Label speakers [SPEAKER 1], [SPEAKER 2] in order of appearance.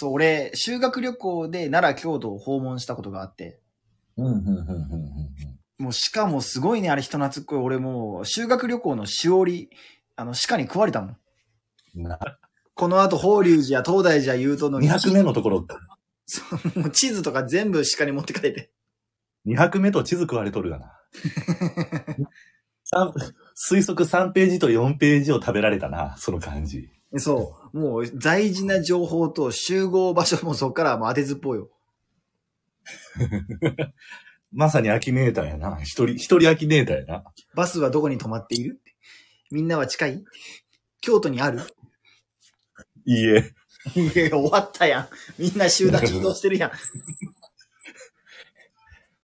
[SPEAKER 1] そう、俺、修学旅行で奈良、京都を訪問したことがあって、
[SPEAKER 2] うん、うん、うん、うん、うん。
[SPEAKER 1] もう鹿もすごいね、あれ人懐っこい。俺もう、修学旅行のしおり、あの、鹿に食われたもん。
[SPEAKER 2] な
[SPEAKER 1] この後、法隆寺や東大寺や言うとんのに、
[SPEAKER 2] 200目のところ、
[SPEAKER 1] そうもう地図とか全部鹿に持ってかれて。
[SPEAKER 2] 200目と地図食われとるがな。三推測3ページと4ページを食べられたな、その感じ。
[SPEAKER 1] そう。もう、大事な情報と集合場所もそっからもう当てずっぽうよ。
[SPEAKER 2] まさにアキネーターやな。一人、一人アキネーターやな。
[SPEAKER 1] バスはどこに止まっているみんなは近い京都にある
[SPEAKER 2] いいえ。
[SPEAKER 1] いや終わったやん。みんな集団移動してるやん。